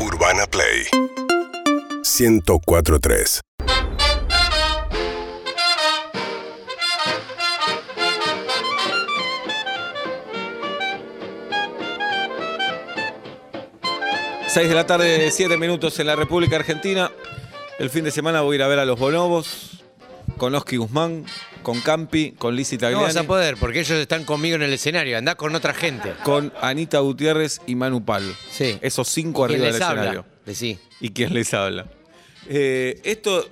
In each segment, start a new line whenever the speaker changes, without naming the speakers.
Urbana Play 1043
6 de la tarde, 7 minutos en la República Argentina. El fin de semana voy a ir a ver a los Bonobos, con Oski Guzmán, con Campi, con Lizzy
No vas a
Tagliani,
poder, porque ellos están conmigo en el escenario, andás con otra gente.
con Anita Gutiérrez y Manu Pal.
Sí.
Esos cinco
¿Quién
arriba del
les habla?
escenario.
Decí.
Y quién les habla. Eh, esto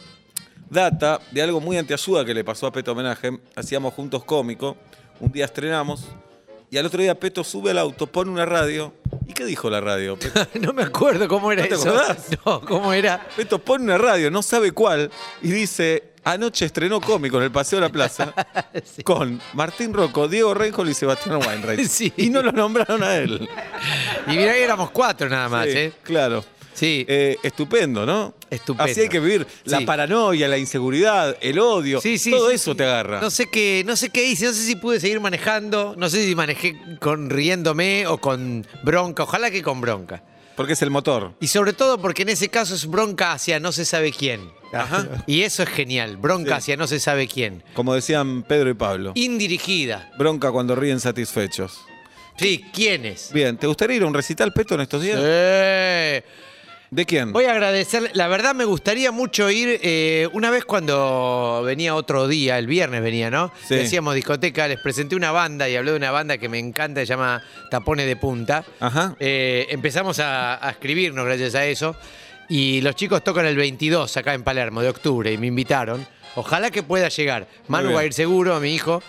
data de algo muy antiayuda que le pasó a Peto Homenaje. Hacíamos juntos cómico. Un día estrenamos y al otro día Peto sube al auto, pone una radio. ¿Y qué dijo la radio? Peto?
No me acuerdo cómo era
¿No te
eso.
acordás?
No, cómo era.
Beto pone una radio, no sabe cuál, y dice, anoche estrenó cómico en el Paseo de la Plaza con Martín Rocco, Diego Reinhold y Sebastián Weinreich.
Sí.
Y no lo nombraron a él.
Eh, Y mirá, ahí éramos cuatro nada más,
Sí,
¿eh?
Claro.
Sí.
Eh, estupendo, ¿no?
Estupendo.
Así hay que vivir. La
Sí.
paranoia, la inseguridad, el odio,
Sí, sí,
todo
sí,
eso
sí.
te agarra.
No sé qué, no sé qué hice, no sé si pude seguir manejando, no sé si manejé con riéndome o con bronca, ojalá que con bronca.
Porque es el motor.
Y sobre todo porque en ese caso es bronca hacia no se sabe quién.
Ajá.
Y eso es genial, bronca
Sí.
hacia no se sabe quién.
Como decían Pedro y Pablo.
Indirigida.
Bronca cuando ríen satisfechos.
Sí, ¿quién es?
Bien, ¿te gustaría ir a un recital, Peto, en estos días?
Eh.
¿De quién?
Voy a agradecer, la verdad me gustaría mucho ir, eh, una vez cuando venía otro día, el viernes venía, ¿no?
Sí.
Que Hacíamos discoteca, les presenté una banda y hablé de una banda que me encanta, se llama Tapones de Punta.
Ajá.
Eh, empezamos a, a escribirnos gracias a eso y los chicos tocan el 22 acá en Palermo de octubre y me invitaron. Ojalá que pueda llegar. Manu
bien.
va a ir seguro, mi hijo.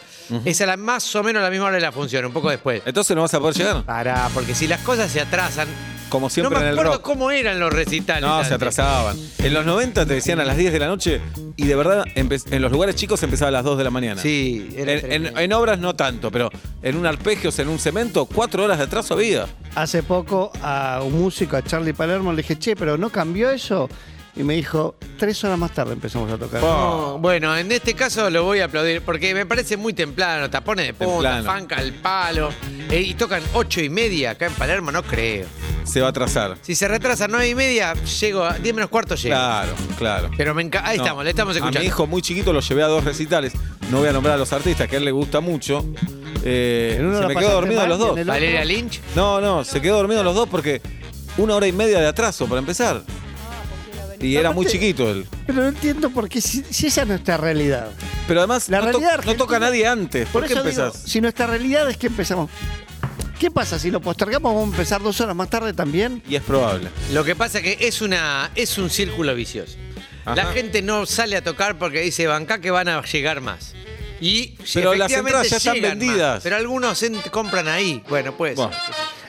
Es a la, más o menos a la misma hora de la función, un poco después.
Entonces no vas a poder llegar.
Pará, porque si las cosas se atrasan...
Como siempre
no me
en el
acuerdo
rock.
cómo eran los recitales.
No, se
antes.
atrasaban. En los 90 te decían a las 10 de la noche y de verdad empe- en los lugares chicos empezaba a las 2 de la mañana.
Sí,
En,
era
en-
tremendo.
en obras no tanto, pero en un arpegios, en un cemento, cuatro horas de atraso había.
Hace poco a un músico, a Charlie Palermo, le dije, che, pero ¿no cambió eso? Y me dijo, tres horas más tarde empezamos a tocar.
No, bueno, en este caso lo voy a aplaudir porque me parece muy temprano, tapones de punta,
Temprano.
fanca al palo. eh, y tocan ocho y media acá en Palermo, no creo.
Oh. Se va a atrasar.
Si se retrasa nueve y media, llego a 10 menos cuarto llego.
Claro, claro.
Pero me enca- Ahí
No.
estamos, le estamos
A
escuchando.
mi hijo muy chiquito lo llevé a dos recitales. No voy a nombrar a los artistas, que a él le gusta mucho. Eh,
En uno
se
la
me quedó
pasaste
dormido a
mal
los
y en
dos.
el otro-
Valeria Lynch.
No, no, se quedó dormido a los dos porque una hora y media de atraso para
Ah,
empezar. Y era muy
Aparte-
chiquito él.
Pero no entiendo por qué, si, si esa es nuestra realidad.
Pero además
La
no, to-
realidad
no
argentina-
toca a nadie antes. ¿Por, qué
eso digo,
empezás?
si nuestra realidad es que empezamos. ¿Qué pasa? Si lo postergamos, vamos a empezar dos horas más tarde también.
Y es probable.
Lo que pasa que es una es un círculo vicioso.
Ajá.
La gente no sale a tocar porque dice banca que van a llegar más. Y
Pero las
efectivamente
entradas ya están
llegan más,
vendidas.
pero algunos en- compran ahí. Bueno, pues.
Bueno.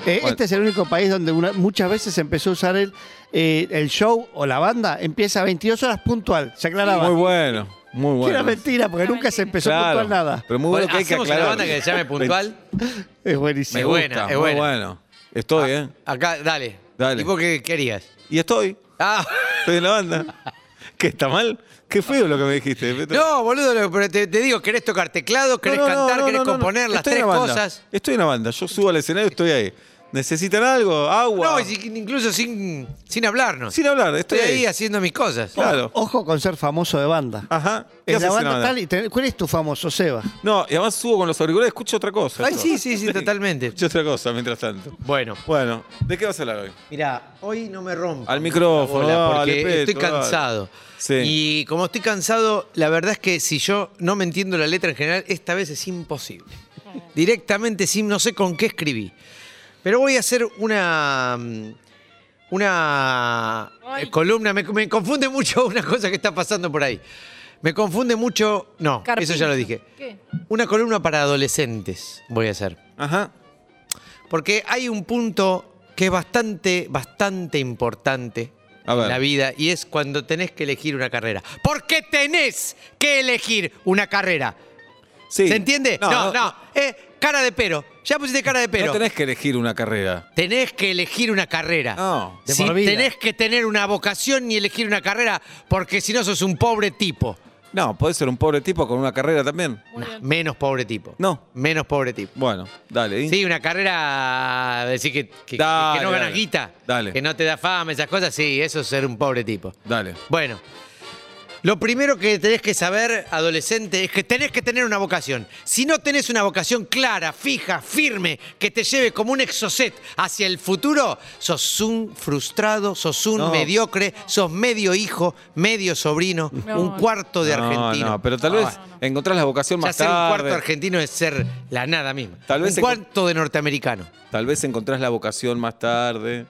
Eh,
Bueno.
Este es el único país donde una- muchas veces se empezó a usar el, eh, el show o la banda. Empieza a 22 horas puntual. Se aclaraba.
Muy bueno, muy
Que Era
bueno.
mentira, porque nunca se empezó
Claro,
puntual nada.
Pero muy bueno que hay que
Hacemos una
aclarar.
banda que se llame puntual.
Es
Me
Es
buenísimo.
gusta,
buena, es
muy
buena. Ah.
bueno. Estoy, ¿eh?
Acá, dale.
Dale.
¿Y vos qué querías?
Y estoy.
Ah,
Estoy en la banda. ¿Qué está mal? Qué feo lo que me dijiste. Petro.
no, boludo, lo- pero te, te digo, ¿querés tocar teclado? ¿Querés
No, no, no,
cantar?
no,
¿Querés
no, no, no.
componer? Las
Estoy
tres
en la banda.
cosas.
Estoy en la banda. Yo subo al escenario y estoy ahí. ¿Necesitan algo? ¿Agua?
No, y si- incluso sin, sin hablarnos.
Sin hablar, estoy,
Estoy ahí haciendo mis cosas.
Claro.
Ojo con ser famoso de banda.
Ajá. ¿Qué
En
haces
la
en
banda,
la banda?
tal y te- ¿Cuál es tu famoso, Seba?
No, y además subo con los auriculares, escucho otra cosa.
Ay,
yo.
sí, sí, sí, totalmente.
Escucho otra cosa mientras tanto.
Bueno.
Bueno, ¿de qué vas a hablar hoy?
Mira, hoy no me rompo.
Al micrófono, dale,
porque
Petro,
estoy
dale.
cansado.
Sí.
Y como estoy cansado, la verdad es que si yo no me entiendo la letra en general, esta vez es imposible. Directamente, sin, no sé con qué escribí. Pero voy a hacer una. mm, Una eh, columna. Me, me confunde mucho una cosa que está pasando por ahí. Me confunde mucho. No, eso ya lo dije.
¿Qué?
Una columna para adolescentes voy a hacer.
Ajá.
Porque hay un punto que es bastante, bastante importante
A ver.
en la vida y es cuando tenés que elegir una carrera. Porque tenés que elegir una carrera.
Sí.
¿Se entiende? No, no. Eh, cara de pero. Ya pusiste cara de pero.
No tenés que elegir una carrera.
Tenés que elegir una carrera.
No,
de
si
por vida.
tenés que tener una vocación y elegir una carrera, porque si no sos un pobre tipo.
No, puede ser un pobre tipo con una carrera también.
Nah, menos pobre tipo.
No.
Menos pobre tipo.
Bueno, dale. ¿y?
Sí, una carrera, decir que, que- que-
Dale,
que no ganas
dale.
guita,
Dale.
que no te da fama, esas cosas, sí, eso es ser un pobre tipo.
Dale.
Bueno, lo primero que tenés que saber, adolescente, es que tenés que tener una vocación. Si no tenés una vocación clara, fija, firme, que te lleve como un exocet hacia el futuro, sos un frustrado, sos un
No.
mediocre, sos medio hijo, medio sobrino,
No.
un cuarto de
no,
argentino.
no, pero tal
Ah,
vez encontrás la vocación
ya
más
ser un
tarde.
cuarto argentino es ser la nada misma.
Tal vez
un
se-
cuarto de norteamericano.
Tal vez encontrás la vocación más tarde.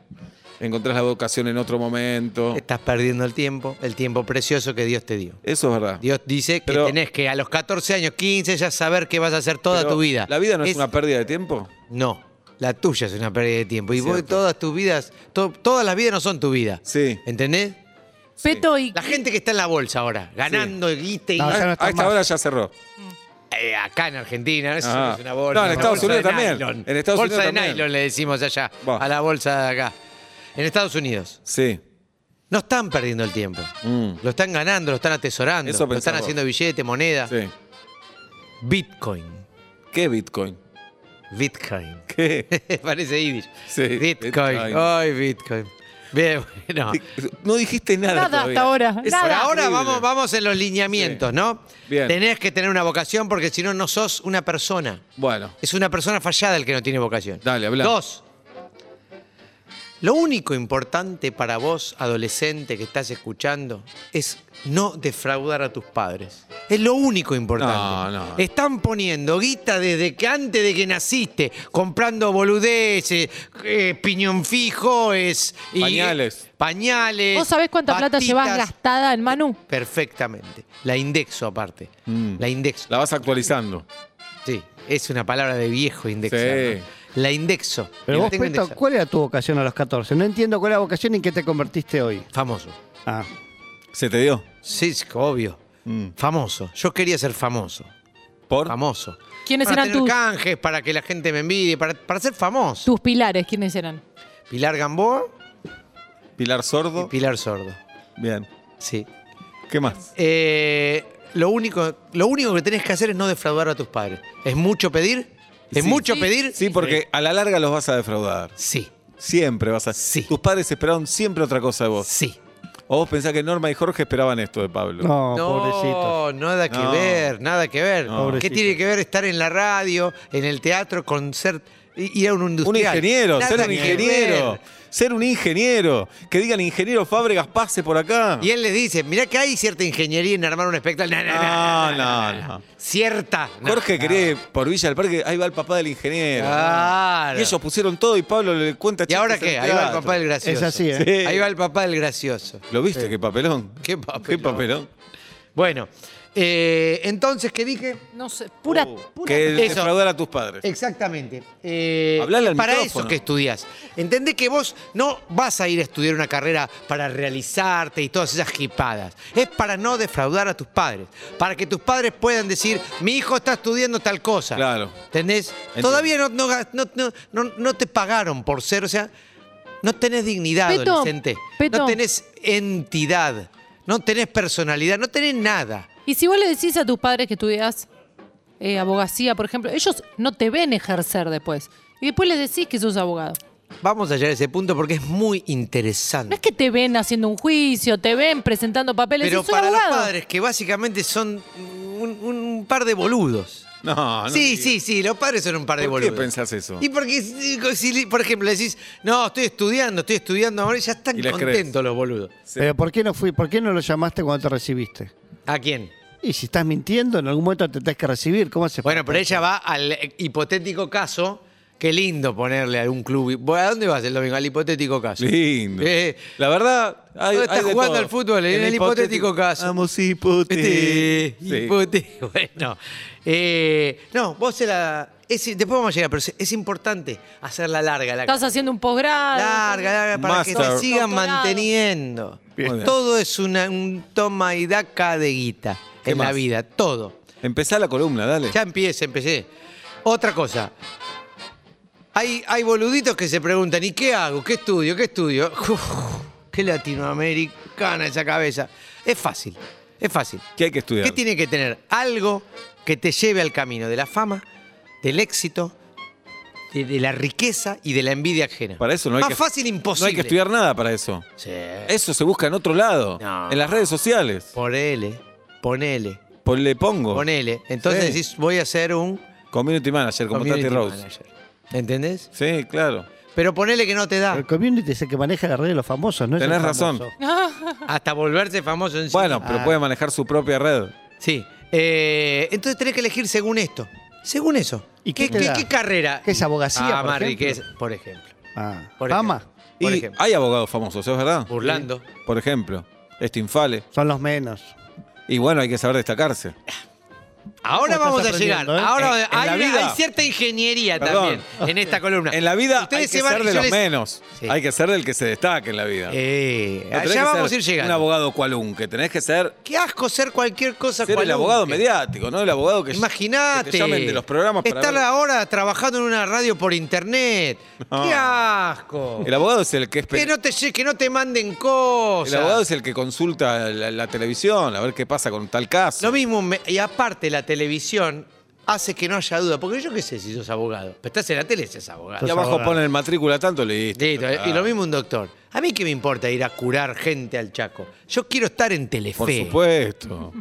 Encontrás la vocación en otro momento.
Estás perdiendo el tiempo, el tiempo precioso que Dios te dio.
Eso es verdad.
Dios dice que
Pero-
tenés que a los 14 años, 15, ya saber qué vas a hacer toda
Pero,
tu vida.
¿La vida no es, una pérdida de tiempo?
No, la tuya es una pérdida de tiempo. Y vos
Cierto.
todas tus vidas, to- todas las vidas no son tu vida.
Sí.
¿Entendés?
Peto y.
La gente que está en la bolsa ahora, ganando guita y
No, ya
a,
no
a
está
esta
más.
hora ya cerró.
Eh, acá en Argentina, eso
Ah.
no es una bolsa.
No, en
una
Estados
bolsa de
Unidos también.
nylon.
En Estados
bolsa
Unidos
de
también.
nylon le decimos allá,
Buah.
a la bolsa de acá. En Estados Unidos.
Sí.
No están perdiendo el tiempo.
Mm.
Lo están ganando, lo están atesorando.
Eso
lo
pensás
están
vos.
haciendo billete, moneda.
Sí.
Bitcoin.
¿Qué Bitcoin?
Bitcoin.
¿Qué?
Parece Yiddish.
Sí,
Bitcoin.
Bitcoin.
Ay, Bitcoin. Bien, bueno.
No dijiste nada.
Nada
todavía.
hasta ahora.
Es-
Nada.
Por Ah. ahora
horrible.
vamos, vamos en los lineamientos,
Sí.
¿no?
Bien.
Tenés que tener una vocación porque si no, no sos una persona.
Bueno,
Es una persona fallada el que no tiene vocación.
Dale, habla.
Dos. Lo único importante para vos, adolescente que estás escuchando, es no defraudar a tus padres. Es lo único importante.
No, no.
Están poniendo guita desde que antes de que naciste, comprando boludeces, eh, piñón fijo, es y-
Pañales.
pañales.
¿Vos sabés cuánta plata
patitas.
llevas gastada en Manu?
Perfectamente. La indexo aparte.
Mm.
La indexo.
la vas actualizando.
Sí, es una palabra de viejo indexar.
Sí.
¿no? La indexo.
Pero
La
vos,
tengo
Peto,
indexada.
¿cuál era tu vocación a los 14? No entiendo cuál era la vocación y en qué te convertiste hoy.
Famoso.
Ah,
¿Se te dio?
Sí, sí, obvio.
Mm.
Famoso. Yo quería ser famoso.
¿Por?
Famoso.
¿Quiénes
para
eran
tener
tus,
canjes, para que la gente me envidie, para, para ser famoso.
tus pilares? ¿Quiénes eran?
Pilar Gamboa
Pilar
y
Sordo.
Pilar Sordo.
Bien.
Sí.
¿Qué más?
Eh, lo, único, lo único que tenés que hacer es no defraudar a tus padres. ¿Es mucho pedir? ¿Es
Sí.
mucho
Sí.
pedir?
Sí, porque Eh, a la larga los vas a defraudar.
Sí.
Siempre vas a.
Sí.
Tus padres esperaron siempre otra cosa de vos.
Sí.
O vos pensás que Norma y Jorge esperaban esto de Pablo.
no,
No,
pobrecito.
nada que
No.
ver, nada que ver.
No.
¿Qué
Pobrecito.
tiene que ver estar en la radio, en el teatro, con ser y- ir a un
Un
industrial?
ingeniero,
Nada
ser un
que
ingeniero.
ver.
Ser un ingeniero. Que digan ingeniero Fábregas, pase por acá.
Y él les dice, mirá que hay cierta ingeniería en armar un espectáculo. No, no, no,
No,
no,
no,
no, no.
no.
Cierta. no. Ah.
Jorge quería ir por Villa del Parque, ahí va el papá del ingeniero.
Claro.
Y ellos pusieron todo y Pablo le cuenta
¿Y ahora
chistes
qué?
en
Ahí va el
teatro.
papá del gracioso.
Es así, ¿eh?
Sí.
Ahí va el papá del gracioso.
¿Lo viste? ¿Qué papelón?
Qué papelón.
¿Qué papelón?
Bueno, eh, entonces, ¿qué dije?
No sé, pura.
Oh,
pura-
que
Eso.
defraudar a tus padres.
Exactamente. Eh,
Hablale al
para
micrófono.
eso que estudias. Entendé que vos no vas a ir a estudiar una carrera para realizarte y todas esas jipadas. Es para no defraudar a tus padres. Para que tus padres puedan decir, mi hijo está estudiando tal cosa.
Claro.
¿Entendés?
Entiendo.
Todavía no, no ga- no- no- no- no te pagaron por ser, o sea, no tenés dignidad,
Peto,
adolescente. No
Peto.
tenés entidad. No tenés personalidad. No tenés nada.
Y si vos le decís a tus padres que estudias abogacía, por ejemplo, ellos no te ven ejercer después. Y después les decís que sos abogado.
Vamos a llegar a ese punto porque es muy
No
interesante.
es que te ven haciendo un juicio, te ven presentando papeles.
Pero
y sos
para
abogado.
los padres, que básicamente son un, un par de boludos.
No, Ah, no.
sí,
digas.
sí, sí, los padres son un par de
¿Por qué
boludos.
pensás eso?
Y porque, si- si, por ejemplo, le decís, no, estoy estudiando, estoy estudiando ahora, y ya están
Y les
contentos los boludos.
Pero ¿por qué no fui? ¿Por qué no lo llamaste cuando te recibiste?
¿A quién?
Y si estás mintiendo, en algún momento te tenés que recibir. ¿Cómo haces?
Bueno, pero ella va al eh, hipotético caso. Qué lindo ponerle a un club. Bueno, ¿A dónde vas el domingo? Al hipotético caso.
Lindo.
Eh,
la verdad, hay,
¿dónde estás
hay de
jugando
todo.
al fútbol? En el hipotético caso.
Vamos hipotético.
Este,
Sí.
hipote- Bueno, eh, no, vos se la. es- después vamos a llegar, pero es- es importante hacerla larga. La,
Estás haciendo un posgrado.
larga, larga, para que
Master.
te sigan
Doctorado.
manteniendo.
Bien. Muy bien.
Todo es una, un toma y daca de guita
¿Qué
en la
más?
vida, todo.
Empezá la columna, dale.
Ya empiece, empecé. Otra cosa. Hay, hay boluditos que se preguntan, ¿y qué hago? ¿Qué estudio? ¿Qué estudio? Uf, qué latinoamericana esa cabeza. Es fácil. Es fácil.
¿Qué hay que estudiar?
¿Qué tiene que tener? Algo que te lleve al camino de la fama, del éxito, de, de la riqueza y de la envidia ajena.
Para eso no hay
Más
que-
fácil imposible.
No hay que estudiar nada para eso.
Sí.
Eso se busca en otro lado.
No.
En las redes sociales.
Ponele, ponele,
Pues le pongo.
ponele. Entonces
Sí.
decís, voy a hacer un
Community manager, como
community
Tati Rose.
manager. ¿Entendés?
Sí, claro.
Pero ponele que no te da.
El community es el que maneja la red de los famosos, ¿no? es el
Tenés
famoso.
razón.
Hasta volverse famoso en sí.
Bueno, pero
Ah.
puede manejar su propia red.
Sí. Eh, entonces tenés que elegir según esto. Según eso.
¿Y qué te da?
carrera?
¿Qué es abogacía,
Ah,
por
más
ejemplo?
riqueza, por ejemplo.
Ah,
Por
fama.
ejemplo. Por
Y
ejemplo.
hay abogados famosos, ¿es verdad?
Burlando.
Por ejemplo, Stinfale.
Son los menos.
Y bueno, hay que saber destacarse.
Ahora
¿Cómo
vamos a
estás
llegar.
aprendiendo, eh?
Ahora
En- en
hay,
la
una-
vida-
hay cierta ingeniería
Perdón.
también en esta columna.
En la vida
Ustedes
hay que
se van
ser
y
de
yo
los
les-
menos.
Sí.
Hay que ser del que se destaque en la vida.
Eh,
No tenés
allá
que
vamos a
ser
ir
Un
llegando.
abogado cualún, que tenés que ser,
Qué asco ser cualquier cosa.
ser el
cualunque.
abogado mediático, ¿no? El abogado que,
Imagínate.
que te llamen de los programas para
Estar
ver-
ahora trabajando en una radio por internet.
No.
Qué asco.
El abogado es el que es pe-
Que no, te, lle- que no te manden
El
cosas.
abogado es el que consulta la, la televisión a ver qué pasa con tal caso.
Lo mismo, me- y aparte la televisión hace que no haya duda, porque yo qué sé si sos abogado, pero estás en la tele si sos abogado.
y
Los
abajo
abogados.
ponen el matrícula tanto, listo.
Listo,
ya está.
Y lo mismo un doctor. A mí qué me importa ir a curar gente al Chaco. Yo quiero estar en Telefe.
Por supuesto.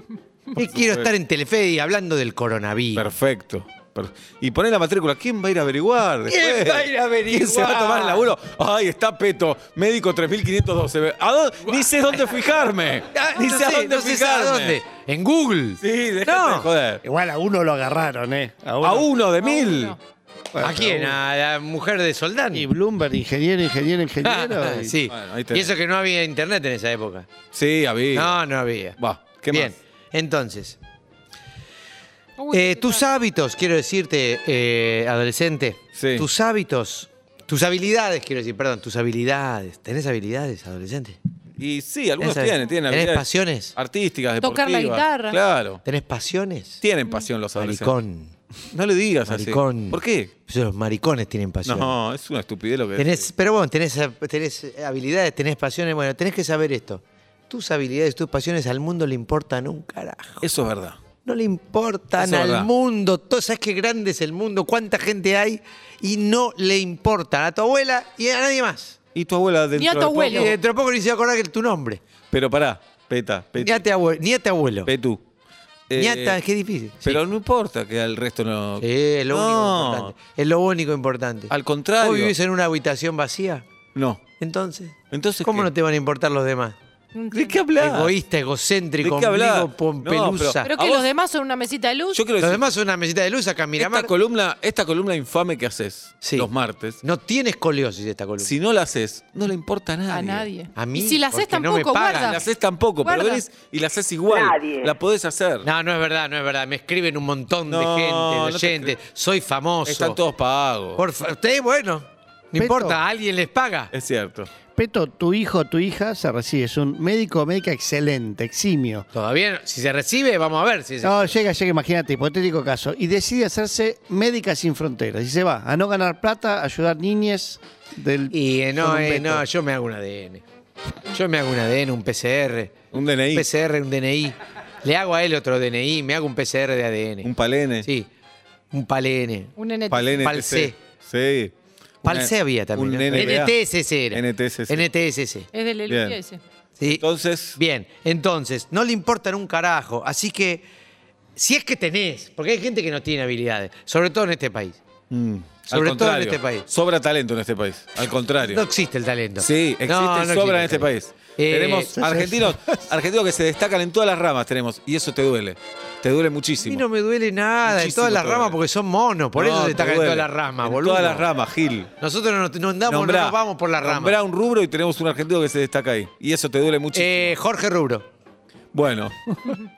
Y quiero estar en Telefe y hablando del coronavirus.
Perfecto. Per- Y poné la matrícula. ¿Quién va a ir a averiguar?
¿Quién
después?
va a ir a averiguar?
¿Quién se va a tomar el laburo? Ay, está Peto, médico 3512. ¿A dónde? Ni sé dónde fijarme.
Ah,
Ni
no
sé a
sé,
dónde
no sé
fijarme.
a dónde. En Google.
Sí, déjate de joder.
Igual a uno lo agarraron, ¿eh?
A uno de mil.
uno.
Bueno,
¿A quién? ¿A la mujer de Soldán?
Y Bloomberg, ingeniero, ingeniero, ingeniero. y-
sí.
Bueno, ahí
y
tenés.
eso que no había internet en esa época.
Sí, había.
No, no había.
Va, ¿qué
Bien,
más?
entonces,
Uy,
eh,
Ah, qué
tus
tal.
hábitos, quiero decirte, eh, adolescente,
Sí.
tus hábitos, tus habilidades, quiero decir, perdón, tus habilidades. ¿Tenés habilidades, adolescente?
Y sí, algunos
Esa es.
tienen, tienen
¿Tenés
habilidades
pasiones?
artísticas, deportivas.
Tocar la guitarra.
Claro.
¿Tenés pasiones?
Tienen pasión los adolescentes.
Maricón.
No le digas así.
Maricón.
¿Por qué?
Eso, Los maricones tienen pasiones.
No, es una estupidez lo que
Tenés, pero bueno, tenés, tenés habilidades, tenés pasiones. Bueno, tenés que saber esto. Tus habilidades, tus pasiones al mundo le importan un carajo.
Eso es verdad.
No le importan
Eso es
al
verdad.
mundo. Todo, ¿Sabes qué grande es el mundo? ¿Cuánta gente hay? Y no le importan a tu abuela y a nadie más.
Y tu abuela dentro
Ni a tu
de poco-
Y
abuelo.
dentro de poco ni se va a acordar que es tu nombre.
Pero pará, peta,
Ni
peta.
a, te abue- ni a tu abuelo.
Petú.
Ni a
Eh,
ta- qué difícil. Sí.
Pero no importa que al resto no.
Sí, es lo
No,
único importante. Es lo único importante.
Al contrario.
¿Vos vivís en una habitación vacía?
No.
Entonces,
Entonces,
¿cómo
¿qué?
no te van a importar los demás?
¿De qué hablas?
Egoísta,
¿De
egocéntrico,
qué hablas?
ombligo, pompelusa.
No,
Pero
¿A
que
vos?
los demás son una mesita de luz.
Yo quiero
los
decir,
demás son una mesita de luz acá, Miramar.
esta columna, esta columna infame que haces
Sí.
los martes,
No tiene escoliosis esta columna.
si no la haces, no le importa a nadie.
a nadie.
A mí,
y si las haces
porque no me
tampoco,
pagan.
La
guarda.
haces tampoco, pero
Guarda.
venís y la haces igual.
Nadie.
La podés hacer.
No, no es verdad, no es verdad. Me escriben un montón de
No,
gente, de
no te
oyentes.
escri-
Soy famoso.
Están todos pagos.
Por fa- Ustedes, bueno, no
Beto.
importa, alguien les paga.
Es cierto.
Peto, tu hijo o tu hija se recibe. Es un médico o médica excelente, eximio.
Todavía, no- si se recibe, vamos a ver. Si se-
No, llega, llega, imagínate, hipotético caso. Y decide hacerse médica sin fronteras. Y se va a no ganar plata, a ayudar niñes del.
Y eh,
con
no,
un
eh,
Beto.
no, yo me hago un ADN. Yo me hago un ADN, un PCR.
Un
Un
DNI,
PCR, un DNI. Le hago a él otro DNI, me hago un PCR de ADN.
un palene.
Sí, un E palene.
Un nene.
Palene.
Palsé.
TC. Sí.
Palsé
Una-
había también.
Un
¿no?
NBA.
NTSC era.
NTSC.
NTSC.
Es del
Bien.
Eluquia ese.
Sí.
Entonces,
Bien, entonces, no le importan un carajo. Así que, si es que tenés, porque hay gente que no tiene habilidades, sobre todo en este país.
mm,
Sobre todo en
contrario,
este país.
Sobra talento en este país. Al contrario.
No existe el talento.
Sí, existe
No, no
y
existe
sobra en
el
este
talento.
país.
Eh,
tenemos argentinos, argentinos que se destacan en todas las ramas, tenemos, y eso te duele. Te duele
A mí
muchísimo.
no me duele nada en
Muchísimo
todas las
te duele.
ramas porque son monos, por
No,
eso se
te
destacan en
duele.
todas las ramas,
En
boludo.
Todas las ramas, Gil.
Nosotros no, no andamos,
Nombrá-
no nos vamos por las
nombrá
ramas.
un rubro y tenemos un argentino que se destaca ahí. Y eso te duele muchísimo.
Eh, Jorge Rubro.
bueno,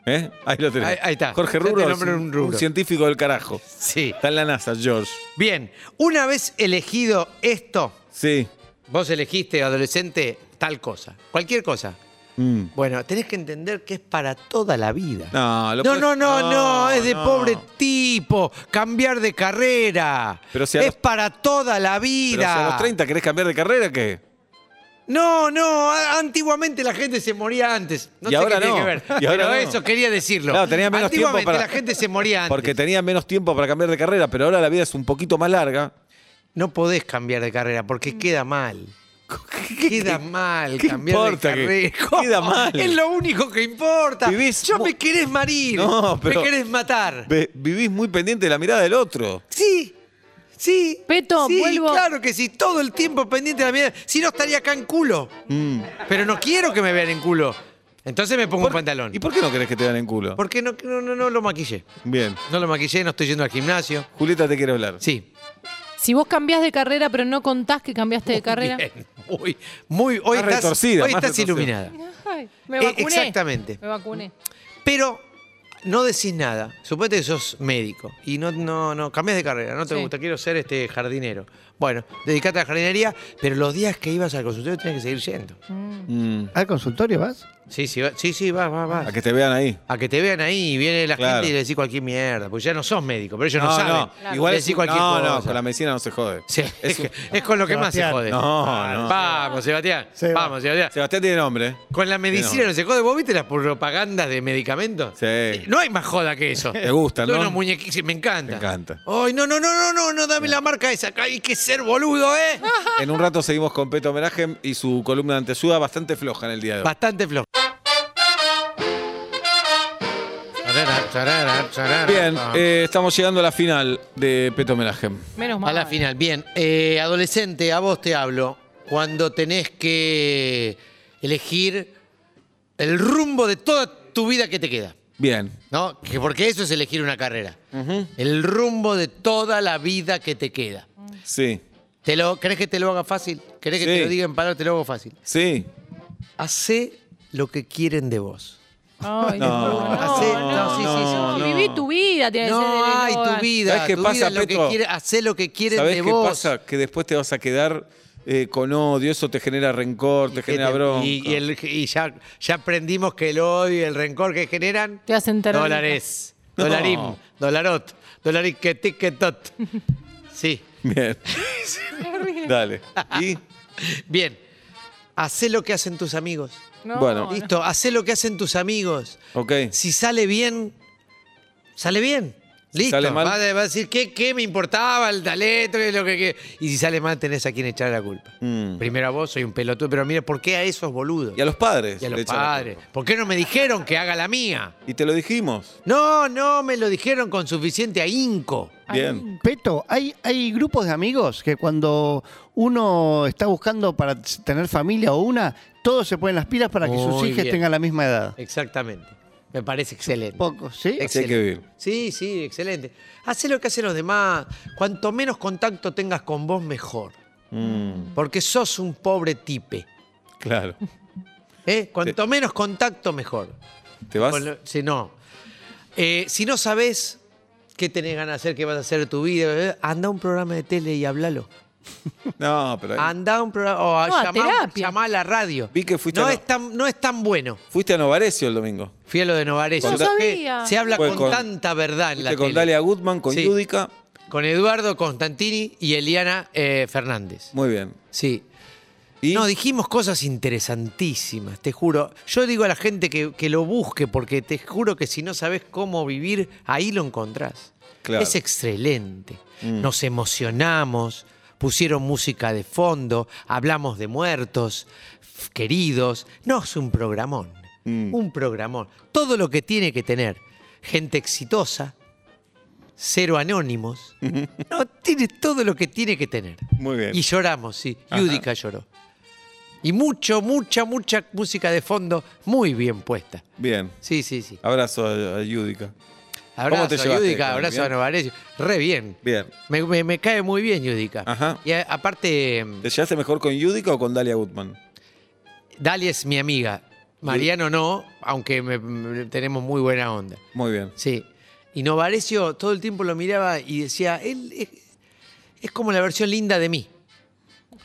¿eh? ahí lo tenés.
Ahí- ahí está.
Jorge
Ya te
Rubro, es
nombré
un,
un rubro.
un científico del carajo.
Sí.
Está en la NASA, George.
Bien, una vez elegido esto,
Sí.
vos elegiste adolescente tal cosa, cualquier cosa.
Mm.
Bueno, tenés que entender que es para toda la vida.
No, lo
no,
podés-
no, no, no, es de
no.
pobre tipo, cambiar de carrera.
Pero si a
es
los-
para toda la
Pero si
vida.
a los 30 querés cambiar de carrera, ¿qué?
No, no, a- antiguamente la gente se moría antes. No
Y
sé
ahora
qué tiene
no,
que ver.
y ahora
pero
no.
eso quería decirlo.
Claro, tenía menos tiempo
antiguamente
para-
la gente se moría antes.
Porque tenía menos tiempo para cambiar de carrera, pero ahora la vida es un poquito más larga.
No podés cambiar de carrera
Mm.
porque queda mal. queda mal
qué
cambiar
importa
de
que-
carrera.
queda mal?
Es lo único que importa.
Vivís
Yo
mu-
me querés morir.
No, pero-
Me querés matar.
Ve- Vivís muy pendiente de la mirada del otro.
Sí. Sí.
Peto,
sí,
vuelvo.
Claro que sí, todo el tiempo pendiente de la mirada. Si no estaría acá en culo. Pero no quiero que me vean en culo. Entonces me
Mm.
pongo
Por-
un pantalón.
¿Y por qué no querés que te vean en culo?
Porque no, no, no, no lo maquillé.
Bien.
No lo maquillé, no estoy yendo al gimnasio.
Julieta te quiere hablar.
Sí.
Si vos cambiás de carrera, pero no contás que cambiaste de carrera.
Bien. Uy, muy, hoy
Más
estás,
retorcida,
hoy
más
estás
retorcida.
iluminada.
Ay, me
Eh,
vacuné.
exactamente.
Me vacuné.
Pero no decís nada. Suponete que sos médico y no, no, no cambias de carrera, no te
Sí.
gusta, quiero ser este jardinero. Bueno, dedicate a la jardinería, pero los días que ibas al consultorio tenés que seguir yendo.
Mm.
¿Al consultorio vas?
Sí, sí, va- sí, sí, vas, vas, vas.
A que te vean ahí.
A que te vean ahí y viene la
Claro.
gente y le decís cualquier mierda, porque ya no sos médico, pero ellos no, saben.
Claro.
Igual
Le
es,
decís cualquier
no,
cosa.
no, con la medicina no se jode.
Sí, es,
Es un-
con lo que más se
Sebastián.
jode.
No, no.
Vamos, Sebastián.
Seba.
Vamos, Sebastián.
Sebastián tiene nombre. ¿eh?
Con la medicina no se jode. ¿Vos viste las propagandas de medicamentos?
Sí.
Eh, No hay más joda que eso.
Te gustan,
Son
¿no?
unos muñequitos, sí, me encanta.
Me encanta.
Ay, no, no, no, no, no, no, dame la marca esa. Hay que ser boludo, ¿eh?
En un rato seguimos con Peto Homenaje y su columna de antesuda bastante floja en el día de hoy.
Bastante flojo.
Bien, eh, estamos llegando a la final de Peto Homenaje.
Menos mal.
A la final, bien. Eh, adolescente, a vos te hablo. Cuando tenés que elegir el rumbo de toda tu vida que te queda.
Bien.
¿no? Que porque eso es elegir una carrera. El rumbo de toda la vida que te queda.
Sí.
¿Te lo, ¿Crees que te lo haga fácil? ¿Crees que
Sí.
te lo diga en palabras? Te lo hago fácil.
Sí.
Hacé lo que quieren de vos.
Ay,
No,
no,
así, no, sí, sí, sí,
no,
no.
Viví tu vida, tiene que ser
No
el
hay
eslogan.
tu vida.
¿Sabés qué
tu
pasa,
vida es lo
Petro?
que quiere, hacé lo que quieren
¿Sabés
de
qué
vos.
pasa? Que después te vas a quedar eh, con odio, eso te genera rencor, te
Que
genera
te-
bronca.
Y, y el- y ya, ya aprendimos que el odio y el rencor que generan.
Te hacen terrorista.
Dólares.
No.
Dolarín. Dolarot. Dolariquetiquetot. Sí.
Bien. Dale. Y
Bien. Hacé lo que hacen tus amigos.
No,
Bueno.
no.
Listo, hacé lo que hacen tus amigos.
Ok.
Si sale bien, sale bien. Listo.
sale mal-
va, a, va a decir, ¿qué, qué me importaba el taleto? qué es lo que, qué? Y si sale mal, tenés a quien echar la culpa.
Mm.
Primero a vos, soy un pelotudo. Pero mire, ¿por qué a esos boludos?
y a los padres.
Y a los
le echan la
padres.
culpa.
¿Por qué no me dijeron que haga la mía?
Y te lo dijimos.
No, no, me lo dijeron con suficiente ahínco.
Bien.
Peto, hay, hay grupos de amigos que cuando uno está buscando para t- tener familia o una, todos se ponen las pilas para que sus
Muy
hijas
bien.
tengan la misma edad.
Exactamente. Me parece excelente.
Poco, ¿sí?
Así hay que vivir.
Sí, sí, excelente. Hacé lo que hacen los demás. Cuanto menos contacto tengas con vos, mejor. Porque sos un pobre tipe.
Mm, Claro.
¿eh? Cuanto menos contacto, mejor.
¿Te vas?
Con lo- si no. Eh, si no sabes qué tenés ganas de hacer, qué vas a hacer de tu vida, eh, anda a un programa de tele y háblalo.
No, pero ahí-
Anda a un programa. O a
No, a
llamá-
terapia.
llamá a la radio.
Eh. Vi que fuiste
no,
a la-
es tan, no es tan bueno.
fuiste a Novarecio el domingo.
Fui a lo de Novares.
No
sabía.
Se habla
Fue
con,
con-
tanta verdad en la
Fuiste con
tele.
Dalia Goodman, con
Sí.
Yudica.
Con Eduardo Constantini y Eliana eh, Fernández.
Muy bien.
Sí.
Y
No, dijimos cosas interesantísimas, te juro. Yo digo a la gente que, que lo busque, porque te juro que si no sabes cómo vivir, ahí lo encontrás.
Claro. Mm.
Es excelente. Nos emocionamos, pusieron música de fondo, hablamos de muertos, f- queridos. No, es un programón.
Mm.
Un programón. Todo lo que tiene que tener. Gente exitosa, cero anónimos. No, tiene todo lo que tiene que tener.
Muy bien.
Y lloramos, sí.
Ajá.
Yudica lloró. Y mucho, mucha, mucha música de fondo muy bien puesta.
bien.
Sí, sí, sí.
Abrazo a, a Yudica.
Abrazo
te
a
llevaste,
Yudica,
Cami?
abrazo a
¿Bien?
Novarecio. Re bien.
Bien.
Me, me- me cae muy bien Yudica.
Ajá.
Y a- aparte,
¿Te llevaste mejor con Yudica o con Dalia Goodman?
Dali es mi amiga. Mariano no, aunque me- me- tenemos muy buena onda.
Muy bien.
Sí. Y Novarecio todo el tiempo lo miraba y decía, él es, es como la versión linda de mí.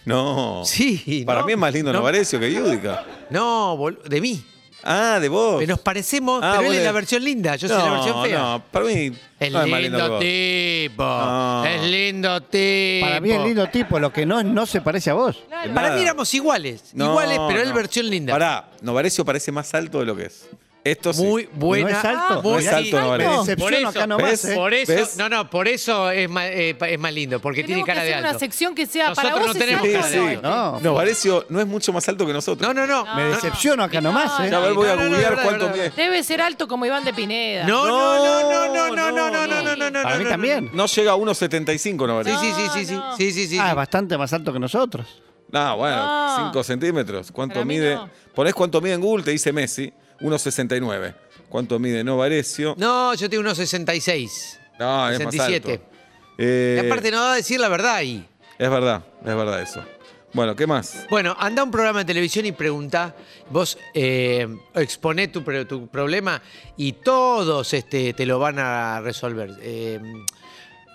No.
Sí.
Para
¿no?
Oh. mí es más lindo
No,
Novarecio que Yudica.
No, bol- de mí.
Ah, de vos.
Nos parecemos,
Ah,
pero él
vos
es
de-
la versión linda, yo soy la
No,
versión fea.
No, para mí.
Es
no es más lindo que
lindo
vos.
tipo.
No.
Es lindo tipo.
Para mí es lindo tipo, lo que no es, no se parece a vos.
Claro.
Para
Nada.
mí éramos iguales.
No,
iguales, pero él
no.
versión linda.
Pará, Novarecio parece más alto de lo que es. Esto sí.
Muy buena. ah,
No es alto.
muy-
No es alto, no vale.
Me
No,
Por
decepciono
eso,
acá nomás,
¿ves?
¿eh?
por eso-
¿Ves?
no, no, por eso es más, eh, pa- es más lindo, porque tiene
Tenemos
cara
que
de
hacer
alto.
una sección que sea para
Nosotros
vos
no
es
tenemos
alto,
cara de
no.
alto.
No,
Novarecio no es mucho más alto que nosotros.
No, no, no.
me decepciono acá nomás, ¿eh?
Ya, a ver, voy a
No, no, no,
googlear
no, no,
cuánto
no, no.
mide.
Debe ser alto como Iván de Pineda.
No, no, no, no, no, no, no,
No,
no, no, no, no.
Para mí
no, no.
también.
No llega a 1,75
Sí,
Novarecio.
sí, sí, sí, sí,
No,
sí, sí, sí.
Ah,
sí.
es bastante más alto que nosotros.
No, bueno,
No.
5 centímetros. ¿Cuánto
Para mí
mide?
no.
Ponés cuánto mide en Google, te dice Messi. 1,69. ¿Cuánto mide Novarecio?
No, yo tengo unos 66.
No, es
67.
más alto. Eh,
Y aparte no va a decir la verdad ahí.
Es verdad, es verdad eso. Bueno, ¿qué más?
Bueno, anda a un programa de televisión y pregunta, vos eh, exponé tu, pro- tu problema y todos este, te lo van a resolver. Eh,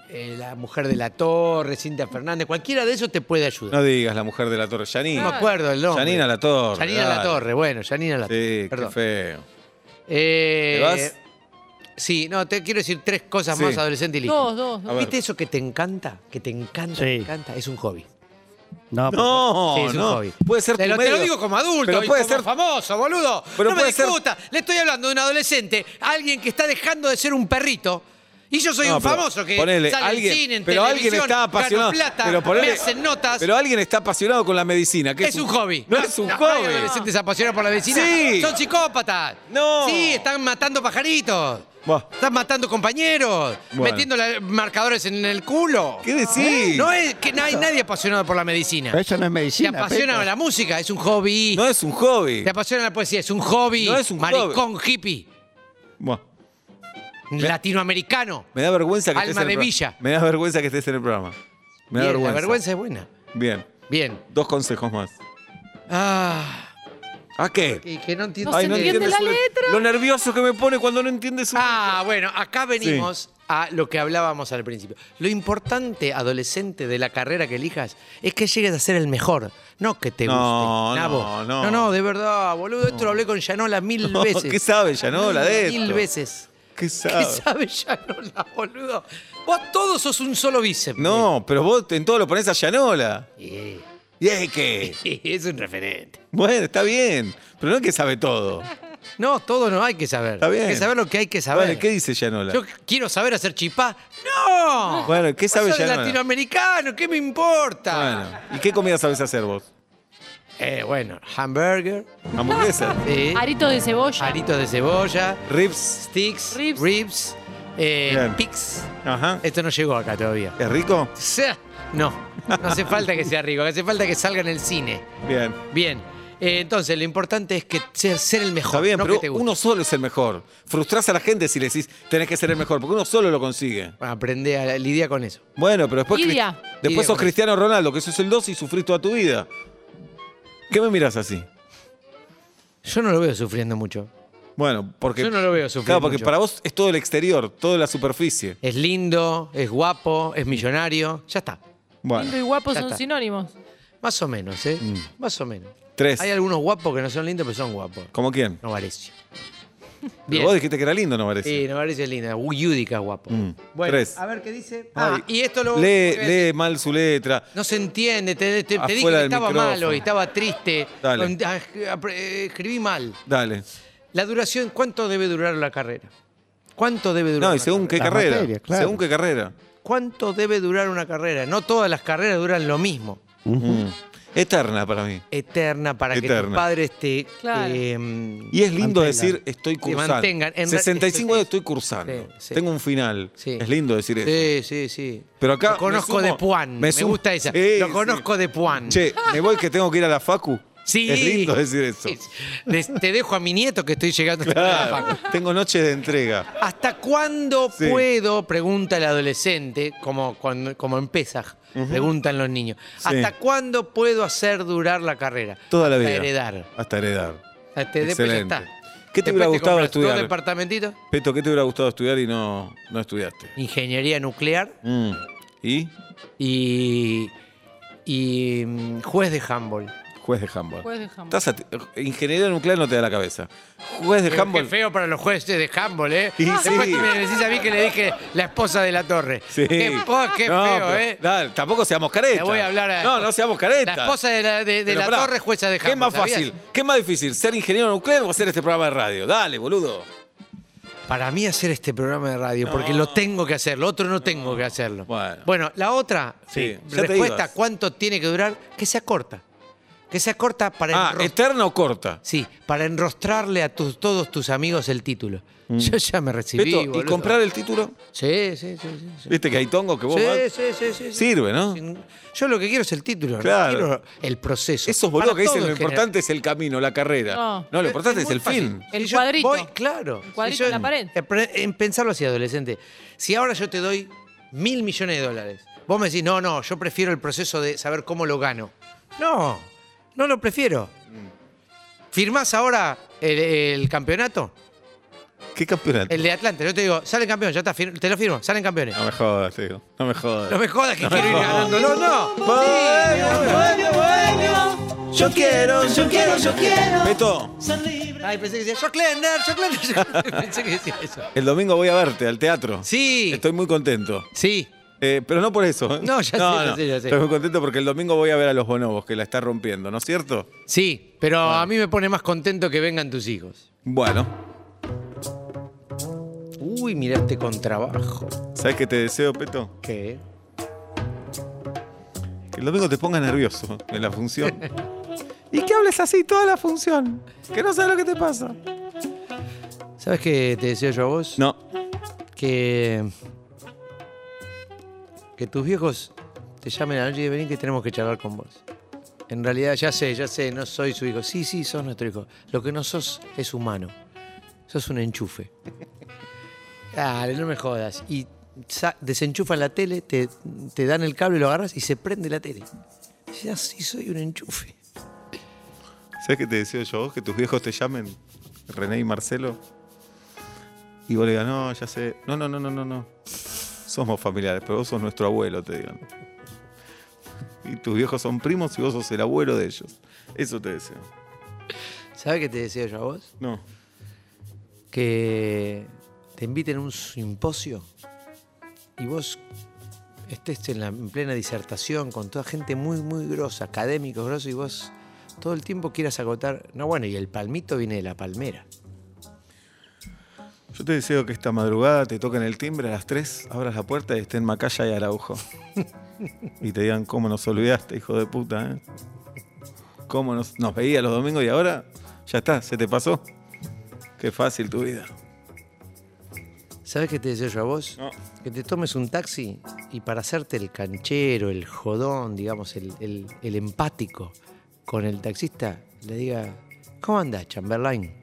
eh, la mujer de la torre, Cintia Fernández, cualquiera de esos te puede ayudar.
No digas la mujer de la torre,
No,
Janina.
me acuerdo el nombre.
Janina la torre.
Janina La
dale.
Torre, bueno, Janina La Torre.
Sí, qué
perdón.
feo.
Eh,
¿Te vas?
Sí, no, te quiero decir tres cosas
Sí.
más, adolescente y listo.
Dos, dos, dos.
A ver.
¿Viste eso que te encanta? Que te encanta,
Sí.
te encanta. Es un hobby.
No,
No,
Sí, es un
no.
hobby.
Puede ser
te,
tu
lo, te
medio.
lo digo como adulto,
Pero
y
puede
como
ser.
famoso, boludo.
Pero
no me
puede ser-
discuta. Le estoy hablando de un adolescente, alguien que está dejando de ser un perrito. Y yo soy
No,
un
pero
famoso que
ponele,
sale
alguien,
en cine, en
pero alguien
televisión,
está
gano
apasionado.
plata,
pero ponele-
me hacen notas.
Pero alguien está apasionado con la medicina. que
es un hobby.
No, es un
Hay
hobby.
adolescentes apasionados por la medicina.
Sí.
Son psicópatas.
No.
Sí, están matando pajaritos.
Buah.
Están matando compañeros.
Bueno.
Metiendo la- marcadores en el culo.
¿Qué decís?
No es que no hay nadie apasionado por la medicina.
pero eso no
Te
es medicina.
apasiona
Peto.
la música, es un hobby.
No es un hobby.
Te apasiona la poesía, es un hobby.
No es un
Maricón hippie.
Buah.
Latinoamericano.
Me da vergüenza que
Alma
estés en el
de
pro-
villa.
Me da vergüenza que estés en el programa. Me da
Bien,
vergüenza.
La vergüenza es buena.
Bien.
Bien.
Dos consejos más.
Ah,
¿A qué?
que, que no entiendo.
No se entiende la
su-
letra.
Lo nervioso que me pone cuando no entiendes un...
Ah, bueno, acá venimos a lo que hablábamos al principio. Lo importante, adolescente, de la carrera que elijas es que llegues a ser el mejor, no que te guste.
No,
nabo.
no, no.
No, de verdad, boludo. Esto lo hablé con Yanola mil
No,
veces.
¿qué sabe Yanola de
Mil
esto?
veces.
¿Qué
¿Qué
sabe?
sabe Yanola, boludo? Vos todos sos un solo bíceps.
No, pero vos en todo lo ponés a Yanola.
Eh,
¿Y es que?
Es un referente.
Bueno, está bien. Pero no es que sabe todo.
No, todo no hay que saber.
Está bien.
Hay que saber lo que hay que saber.
Vale, ¿qué dice Yanola?
Yo quiero saber hacer chipá. ¡No!
Bueno, ¿qué
Vos
sabe
sos
Yanola?
latinoamericano, ¿qué me importa?
Bueno, ¿y qué comida sabes hacer vos?
Eh, bueno, hamburger,
Hamburguesa,
sí,
Arito de cebolla.
aritos de cebolla,
ribs.
sticks,
Ribs.
ribs, eh,
Bien.
pics.
Ajá.
Esto no llegó acá todavía.
¿Es rico?
O sea, no, no hace falta que sea rico, hace falta que salga en el cine.
Bien.
Bien, eh, entonces lo importante es que ser, ser el mejor,
Está bien,
no que te
pero
guste.
uno solo es el mejor. Frustrás a la gente si le decís tenés que ser el mejor, porque uno solo lo consigue.
Aprende a lidiar con eso.
Bueno, pero después, cri-
Lidia.
después
Lidia
sos
con
Cristiano Ronaldo, que sos el 2 y sufrís toda tu vida. ¿Qué me mirás así?
Yo no lo veo sufriendo mucho.
Bueno, porque.
Yo no lo veo sufrir
Claro, porque
mucho.
para vos es todo el exterior, toda la superficie.
Es lindo, es guapo,
Mm.
es millonario. Ya está.
Lindo
Bueno,
y guapo
Ya
son
está.
sinónimos.
Más o menos, ¿eh?
Mm.
Más o menos.
tres.
Hay algunos guapos que no son lindos, pero son guapos.
¿Cómo quién?
Novarecio.
Pero
Bien. Eh,
Vos dijiste que era lindo, no
Sí,
parece.
Novarecio es linda. Yudica es guapo.
Mm.
Bueno,
Tres.
a ver qué dice.
Ay.
Ah, y esto lo.
lee, lee mal su letra.
No se entiende. Te, te- te dije
Afuera
que
del
estaba
micrófono.
malo y estaba triste.
Dale.
Con- ah, eh, Escribí mal.
Dale.
La duración, ¿cuánto debe durar la carrera? ¿Cuánto debe durar?
No, y
una
según qué
carrera?
Las
carrera.
materias, claro.
Según qué carrera.
¿Cuánto debe durar una carrera? No todas las carreras duran lo mismo.
Mm. Eterna para mí.
eterna para que
Eterna.
tus padres te,
Claro.
eh,
Y es lindo
Mantengan.
decir estoy cursando.
mantengan. En re-
65
estoy-
años estoy cursando.
Sí, sí.
Tengo un final.
Sí.
Es lindo decir eso.
Sí, sí, sí.
Pero acá
Lo conozco
me sumo-
de Puan.
me
Me,
sumo-
gusta esa.
Sí,
Lo
sí.
conozco de Puan.
Che, me voy que tengo que ir a la facu.
Sí.
Es lindo decir eso.
Sí, sí. Des- Te dejo a mi nieto que estoy llegando.
Claro. Tengo noche de entrega.
¿Hasta cuándo
Sí.
puedo? Pregunta el adolescente, como, cuando, como en Pesaj, preguntan los niños.
Sí.
¿Hasta cuándo puedo hacer durar la carrera?
Toda la
Hasta
vida.
heredar.
Hasta heredar.
Hasta- después ya
Excelente.
está.
¿Qué te
Después
hubiera gustado
compras
estudiar?
¿Dos departamentitos?
Peto, ¿qué te hubiera gustado estudiar y no, no estudiaste?
Ingeniería nuclear.
Mm. ¿Y?
y, y mm, juez de handball.
Juez de handball.
Juez de handball.
Estás ati- Ingeniería nuclear no te da la cabeza. Juez de
Qué
handball.
feo para los jueces de handball, ¿eh?
Y
Después
sí.
me decís a mí que le dije la esposa de la torre.
Sí.
Qué, po- qué
No,
feo,
pero-
¿eh?
dale, tampoco seamos caretas.
Le voy a hablar a-
No, no seamos caretas.
La esposa de la, de, de
Pero
la
pará,
torre es jueza de handball.
¿Qué es más
¿sabías?
fácil? ¿Qué es más difícil? ¿Ser ingeniero nuclear o hacer este programa de radio? Dale, boludo.
Para mí hacer este programa de radio, porque lo tengo que hacer, lo otro no tengo que hacerlo.
Bueno.
la otra
Sí,
eh,
ya te
respuesta,
ibas.
¿cuánto tiene que durar? Que sea corta. Que sea corta para
Ah,
enros-
¿eterna o corta?
sí, para enrostrarle a tus- todos tus amigos el título. Yo ya me recibí,
Mm. Beto, ¿Y
boludo.
comprar el título?
Sí, sí, sí, sí. sí.
¿Viste que hay tongo que vos
Sí,
vas?
sí, sí, sí, sí.
Sirve, ¿no?
Sin- Yo lo que quiero es el título, no
Claro.
quiero el proceso.
Esos boludos
Para
que dicen
todo
lo
en general.
importante es el camino, la carrera.
No.
No, lo importante es, el fin.
El
yo
cuadrito.
Voy, claro.
El cuadrito
Si yo-
en la pared.
Apre- En pensarlo así, adolescente. Si ahora yo te doy mil millones de dólares, vos me decís, no, no, yo prefiero el proceso de saber cómo lo gano. No, no lo prefiero.
Mm.
¿Firmás ahora el, el campeonato?
¿Qué campeonato?
El de Atlanta. Yo te digo, salen campeón, ya está, fir- te lo firmo, salen campeones.
No me jodas, te digo. No me jodas.
No me jodas que quiero ir ganando. No, no.
Yo quiero, yo quiero, yo quiero. Beto,
Ay, pensé que decía, yo Cleander, yo Cleander. pensé que decía eso.
el domingo voy a verte al teatro.
Sí,
Estoy muy contento.
sí.
Eh, pero no por eso. ¿eh?
No, ya sé, ya sé, ya sé.
Estoy muy contento porque el domingo voy a ver a los bonobos que la está rompiendo, ¿no es cierto?
Sí, pero a mí me pone más contento que vengan tus hijos.
Bueno,
Uy, mirá este contrabajo.
¿sabes qué te deseo, Peto?
¿Qué?
Que el domingo te pongas nervioso en la función. y que hables así toda la función. Que no sabes lo que te pasa.
¿Sabes qué te deseo yo a vos?
No.
Que. Que tus viejos te llamen a la noche y vení que tenemos que charlar con vos. En realidad, ya sé, ya sé, no soy su hijo. Sí, sí, sos nuestro hijo. Lo que no sos es humano. Sos un enchufe. Dale, no me jodas. Y sa- desenchufan la tele, te, te dan el cable, lo agarras y se prende la tele. Ya sí soy un enchufe.
¿Sabes qué te deseo yo a vos? Que tus viejos te llamen René y Marcelo. Y vos le digas, no, ya sé. No, no, no, no, no, no. Somos familiares, pero vos sos nuestro abuelo, te digan. Y tus viejos son primos y vos sos el abuelo de ellos. Eso te deseo.
¿Sabes qué te decía yo a vos?
No.
Que te inviten a un simposio y vos estés en, la, en plena disertación con toda gente muy, muy grosa, académicos grosos, y vos todo el tiempo quieras agotar. No, bueno, y el palmito viene de la palmera.
Yo te deseo que esta madrugada te toquen el timbre a las 3, abras la puerta y estén Macaya y Araujo. y te digan cómo nos olvidaste, hijo de puta, ¿eh? Cómo nos, nos veía los domingos y ahora ya está, se te pasó. Qué fácil tu vida.
¿Sabes qué te deseo yo a vos?
No.
Que te tomes un taxi y para hacerte el canchero, el jodón, digamos, el, el- el empático con el taxista, le diga, ¿cómo andás, Chamberlain?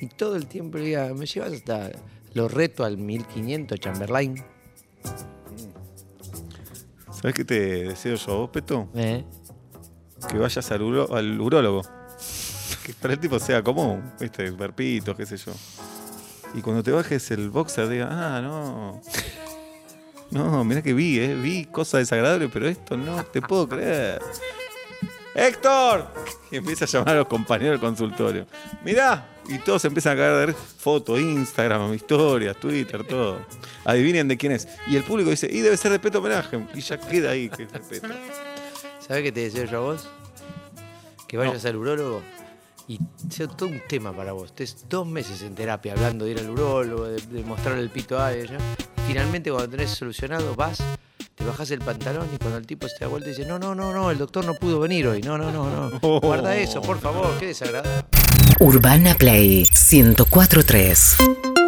Y todo el tiempo le diga, ¿me llevas hasta los reto al 1500, Chamberlain?
¿Sabes qué te deseo yo a vos, Peto?
¿Eh?
Que vayas al, uro- al urólogo. Que para el tipo sea común, ¿viste? Verpitos, qué sé yo. Y cuando te bajes el boxer, diga, ah, no. No, mirá que vi, ¿eh? Vi cosas desagradables, pero esto no te puedo creer. ¡Héctor! Y empieza a llamar a los compañeros del consultorio. Mirá, y todos empiezan a cagar de risa. fotos, Instagram, historias, Twitter, todo. Adivinen de quién es. Y el público dice, y debe ser de Peto Homenaje. Y ya queda ahí que es de Peto.
¿Sabes qué te deseo yo a vos? Que vayas al urólogo y sea todo un tema para vos. Estés dos meses en terapia hablando de ir al urólogo, de, de mostrarle el pito a ella. Finalmente, cuando tenés solucionado, vas, te bajas el pantalón y cuando el tipo se da vuelta dice: No, no, no, no, el doctor no pudo venir hoy. No, no, no, no.
Oh.
Guarda eso, por favor, qué desagradable.
Urbana Play 1043.